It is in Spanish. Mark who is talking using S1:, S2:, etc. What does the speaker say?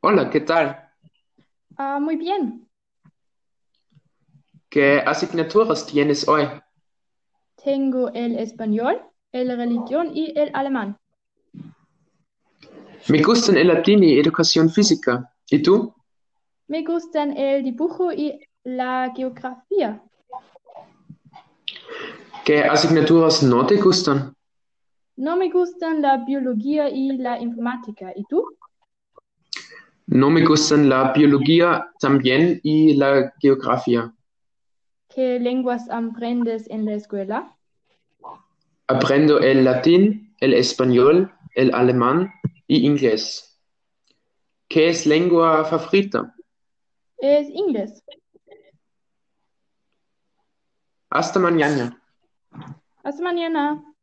S1: Hola, ¿qué tal?
S2: Ah, muy bien.
S1: ¿Qué asignaturas tienes hoy?
S2: Tengo el español, el religión y el alemán.
S1: Me gustan el latín y educación física. ¿Y tú?
S2: Me gustan el dibujo y la geografía.
S1: ¿Qué asignaturas no te gustan?
S2: No me gustan la biología y la informática. ¿Y tú?
S1: No me gustan la biología también y la geografía.
S2: ¿Qué lenguas aprendes en la escuela?
S1: Aprendo el latín, el español, el alemán y inglés. ¿Qué es lengua favorita?
S2: Es inglés.
S1: Hasta mañana.
S2: Hasta mañana.